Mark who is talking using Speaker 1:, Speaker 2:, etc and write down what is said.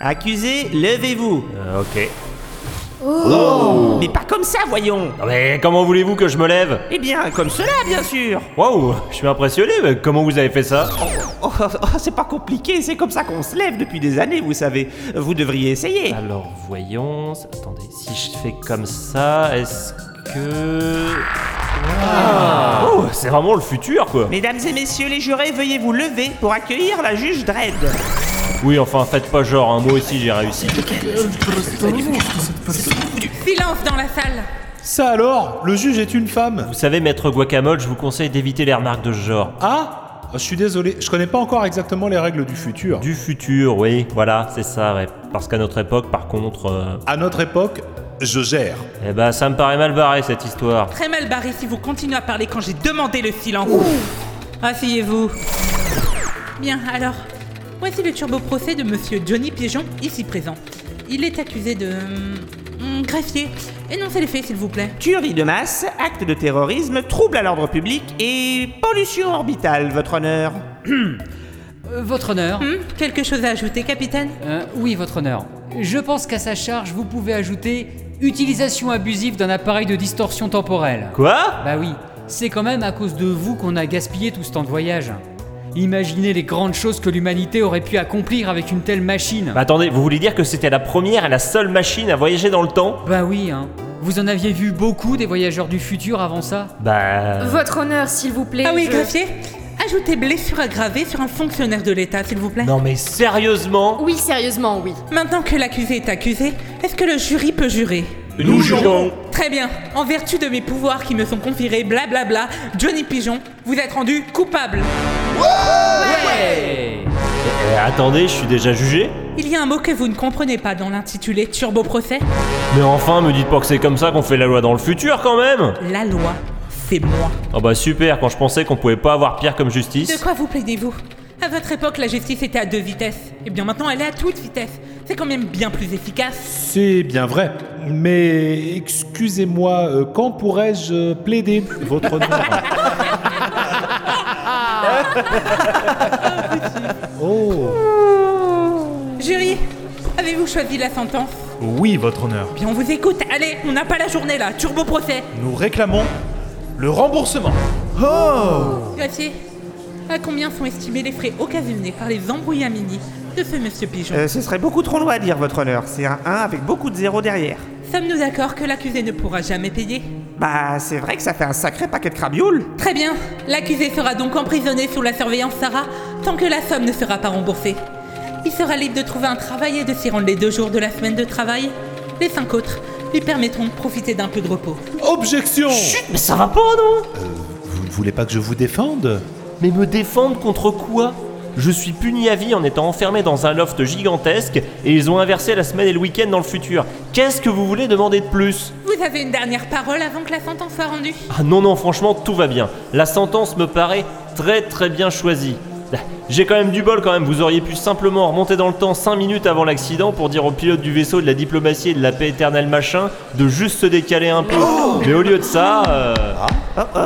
Speaker 1: Accusé, levez-vous.
Speaker 2: Euh, ok.
Speaker 1: Mais pas comme ça, voyons.
Speaker 2: Non Ah mais comment voulez-vous que je me lève
Speaker 1: Eh bien, comme cela, bien sûr.
Speaker 2: Waouh, je suis impressionné, mais comment vous avez fait ça
Speaker 1: Oh, oh, oh, c'est pas compliqué, c'est comme ça qu'on se lève depuis des années, vous savez. Vous devriez essayer.
Speaker 2: Alors voyons, attendez, si je fais comme ça, est-ce que... Oh, c'est vraiment le futur quoi
Speaker 1: Mesdames et messieurs les jurés, veuillez vous lever pour accueillir la juge Dredd.
Speaker 2: Oui enfin faites pas genre, hein, moi aussi j'ai réussi.
Speaker 3: Silence dans la salle
Speaker 4: Ça alors Le juge est une femme
Speaker 2: Vous savez maître Guacamole, je vous conseille d'éviter les remarques de ce genre.
Speaker 4: Ah Je suis désolé, je connais pas encore exactement les règles du futur.
Speaker 2: Du futur, oui, voilà, c'est ça, ouais. Parce qu'à notre époque par contre... euh,
Speaker 4: À notre époque, je gère.
Speaker 2: Eh ben ça me paraît mal barré cette histoire.
Speaker 3: Très mal barré si vous continuez à parler quand j'ai demandé le silence. Asseyez-vous. Bien, alors, voici le turbo-procès de monsieur Johnny Piégeon, ici présent. Il est accusé de... hum, greffier. Énoncez les faits, s'il vous plaît.
Speaker 1: Tuerie de masse, acte de terrorisme, trouble à l'ordre public et pollution orbitale, votre honneur.
Speaker 5: Euh, Votre honneur.
Speaker 3: Hum, quelque chose à ajouter, capitaine
Speaker 5: Euh, oui, votre honneur. Je pense qu'à sa charge, vous pouvez ajouter utilisation abusive d'un appareil de distorsion temporelle.
Speaker 2: Quoi
Speaker 5: Bah oui, c'est quand même à cause de vous qu'on a gaspillé tout ce temps de voyage. Imaginez les grandes choses que l'humanité aurait pu accomplir avec une telle machine.
Speaker 2: Bah attendez, vous voulez dire que c'était la première et la seule machine à voyager dans le temps
Speaker 5: Bah oui, hein. Vous en aviez vu beaucoup des voyageurs du futur avant ça
Speaker 2: Bah...
Speaker 6: Votre honneur, s'il vous plaît.
Speaker 3: Ah oui,
Speaker 6: je-
Speaker 3: greffier Ajoutez blessure aggravée sur un fonctionnaire de l'État, s'il vous plaît.
Speaker 2: Non mais sérieusement
Speaker 6: Oui, sérieusement, oui.
Speaker 3: Maintenant que l'accusé est accusé, est-ce que le jury peut jurer
Speaker 2: Nous jurons
Speaker 3: Très bien, en vertu de mes pouvoirs qui me sont conférés, blablabla, Johnny Pigeon, vous êtes rendu coupable.
Speaker 2: Eh, Attendez, je suis déjà jugé
Speaker 3: Il y a un mot que vous ne comprenez pas dans l'intitulé Turbo Procès.
Speaker 2: Mais enfin, me dites pas que c'est comme ça qu'on fait la loi dans le futur quand même
Speaker 3: La loi, c'est moi.
Speaker 2: Oh bah super, quand je pensais qu'on pouvait pas avoir pire comme
Speaker 3: De
Speaker 2: justice.
Speaker 3: quoi vous plaignez-vous À votre époque, la justice était à deux vitesses. Et bien maintenant, elle est à toute vitesse. C'est quand même bien plus efficace.
Speaker 4: C'est bien vrai. Mais excusez-moi, euh, quand pourrais-je euh, plaider votre honneur Oh
Speaker 3: Jury, avez-vous choisi la sentence
Speaker 7: Oui, votre honneur.
Speaker 3: Bien, on vous écoute. Allez, on n'a pas la journée là. Turbo Procès.
Speaker 7: Nous réclamons le remboursement.
Speaker 3: Greffier, à combien sont estimés les frais occasionnés par les embrouillamini de ce monsieur Pigeon
Speaker 1: Euh, ce serait beaucoup trop long à dire, votre honneur. C'est un 1 avec beaucoup de zéros derrière.
Speaker 3: Sommes-nous d'accord que l'accusé ne pourra jamais payer
Speaker 1: Bah, c'est vrai que ça fait un sacré paquet de crabioules.
Speaker 3: Très bien, l'accusé sera donc emprisonné sous la surveillance Sarah tant que la somme ne sera pas remboursée. Il sera libre de trouver un travail et de s'y rendre les deux jours de la semaine de travail. Les cinq autres lui permettront de profiter d'un peu de repos.
Speaker 4: Objection
Speaker 2: Mais ça va pas non
Speaker 4: Vous ne voulez pas que je vous défende
Speaker 2: Mais me défendre contre quoi Je suis puni à vie en étant enfermé dans un loft gigantesque et ils ont inversé la semaine et le week-end dans le futur. Qu'est-ce que vous voulez demander de plus
Speaker 3: Vous avez une dernière parole avant que la sentence soit rendue
Speaker 2: Ah non non, franchement, tout va bien. La sentence me paraît très très bien choisie. Ah, J'ai quand même du bol quand même, vous auriez pu simplement remonter dans le temps 5 minutes avant l'accident pour dire au pilote du vaisseau de la diplomatie et de la paix éternelle machin de juste se décaler un peu. Mais au lieu de ça... euh,
Speaker 1: Oh, oh,